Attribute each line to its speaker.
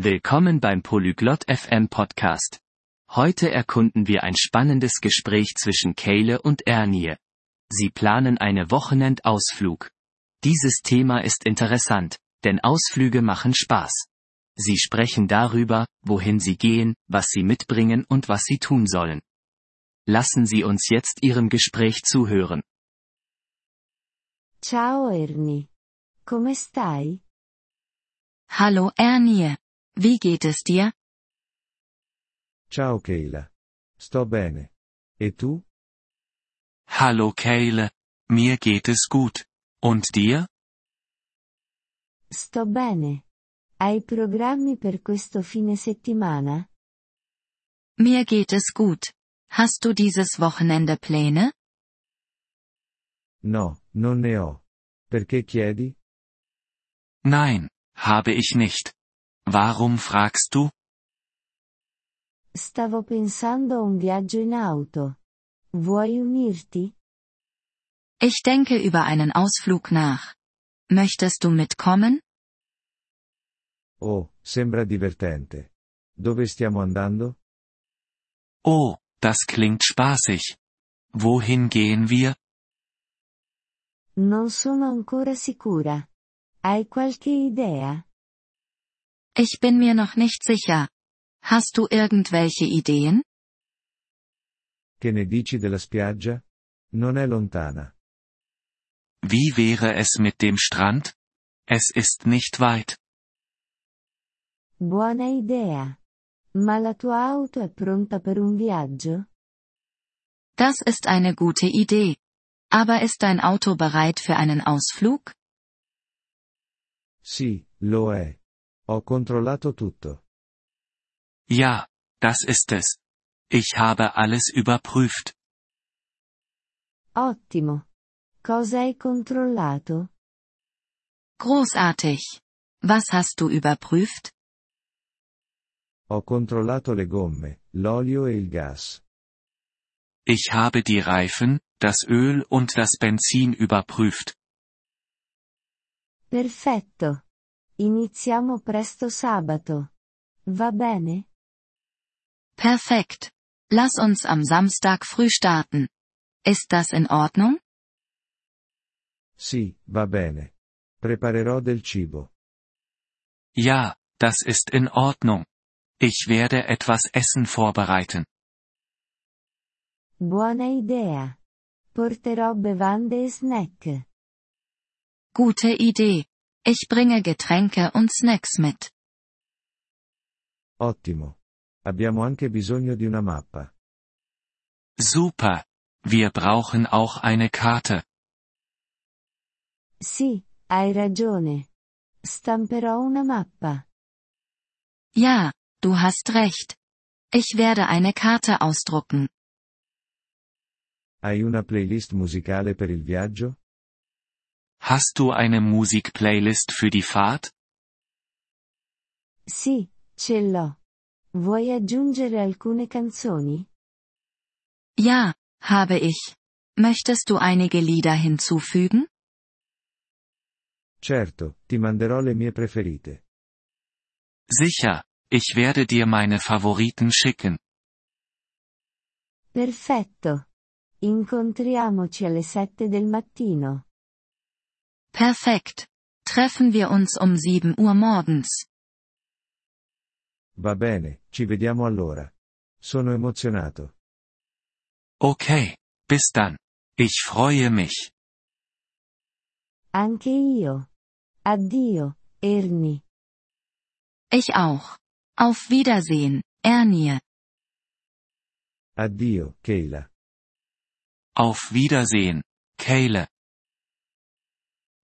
Speaker 1: Willkommen beim Polyglot FM Podcast. Heute erkunden wir ein spannendes Gespräch zwischen Kayle und Ernie. Sie planen eine Wochenendausflug. Dieses Thema ist interessant, denn Ausflüge machen Spaß. Sie sprechen darüber, wohin sie gehen, was sie mitbringen und was sie tun sollen. Lassen Sie uns jetzt Ihrem Gespräch zuhören.
Speaker 2: Ciao Ernie. Come stai?
Speaker 3: Hallo Ernie. Wie geht es dir?
Speaker 4: Ciao Keila. Sto bene. E tu?
Speaker 5: Hallo Keile. Mir geht es gut. Und dir?
Speaker 2: Sto bene. Hai programmi per questo fine settimana?
Speaker 3: Mir geht es gut. Hast du dieses Wochenende Pläne?
Speaker 4: No, non ne ho. Perché chiedi?
Speaker 5: Nein, habe ich nicht. Warum fragst du?
Speaker 2: Stavo pensando a un viaggio in auto. Vuoi unirti?
Speaker 3: Ich denke über einen Ausflug nach. Möchtest du mitkommen?
Speaker 4: Oh, sembra divertente. Dove stiamo andando?
Speaker 5: Oh, das klingt spaßig. Wohin gehen wir?
Speaker 2: Non sono ancora sicura. Hai qualche idea?
Speaker 3: Ich bin mir noch nicht sicher. Hast du irgendwelche Ideen?
Speaker 4: Che ne dici della spiaggia? Non è lontana.
Speaker 5: Wie wäre es mit dem Strand? Es ist nicht weit.
Speaker 2: Buona idea. Ma la tua auto è pronta per un viaggio?
Speaker 3: Das ist eine gute Idee. Aber ist dein Auto bereit für einen Ausflug?
Speaker 4: Sì, lo è. Ho controllato tutto.
Speaker 5: Ja, das ist es. Ich habe alles überprüft.
Speaker 2: Ottimo. Cosa hai controllato?
Speaker 3: Großartig. Was hast du überprüft?
Speaker 4: Ho controllato le gomme, l'olio e il gas.
Speaker 5: Ich habe die Reifen, das Öl und das Benzin überprüft.
Speaker 2: Perfetto. Iniziamo presto sabato. Va bene?
Speaker 3: Perfekt. Lass uns am Samstag früh starten. Ist das in Ordnung?
Speaker 4: Sì, va bene. Preparerò del cibo.
Speaker 5: Ja, das ist in Ordnung. Ich werde etwas Essen vorbereiten.
Speaker 2: Buona idea. Porterò bevande e snack.
Speaker 3: Gute Idee. Ich bringe Getränke und Snacks mit.
Speaker 4: Ottimo. Abbiamo anche bisogno di una mappa.
Speaker 5: Super. Wir brauchen auch eine Karte.
Speaker 2: Sì, hai ragione. Stamperò una mappa.
Speaker 3: Ja, du hast recht. Ich werde eine Karte ausdrucken.
Speaker 4: Hai una playlist musicale per il viaggio?
Speaker 5: Hast du eine Musikplaylist für die Fahrt?
Speaker 2: Sì, ce l'ho. Vuoi aggiungere alcune canzoni?
Speaker 3: Ja, habe ich. Möchtest du einige Lieder hinzufügen?
Speaker 4: Certo, ti manderò le mie preferite.
Speaker 5: Sicher. Ich werde dir meine Favoriten schicken.
Speaker 2: Perfetto. Incontriamoci alle 7 del mattino.
Speaker 3: Perfekt. Treffen wir uns um 7 Uhr morgens.
Speaker 4: Va bene, ci vediamo allora. Sono emozionato.
Speaker 5: Okay. Bis dann. Ich freue mich.
Speaker 2: Anche io. Addio, Ernie.
Speaker 3: Ich auch. Auf Wiedersehen, Ernie.
Speaker 4: Addio, Keila.
Speaker 5: Auf Wiedersehen, Kayle.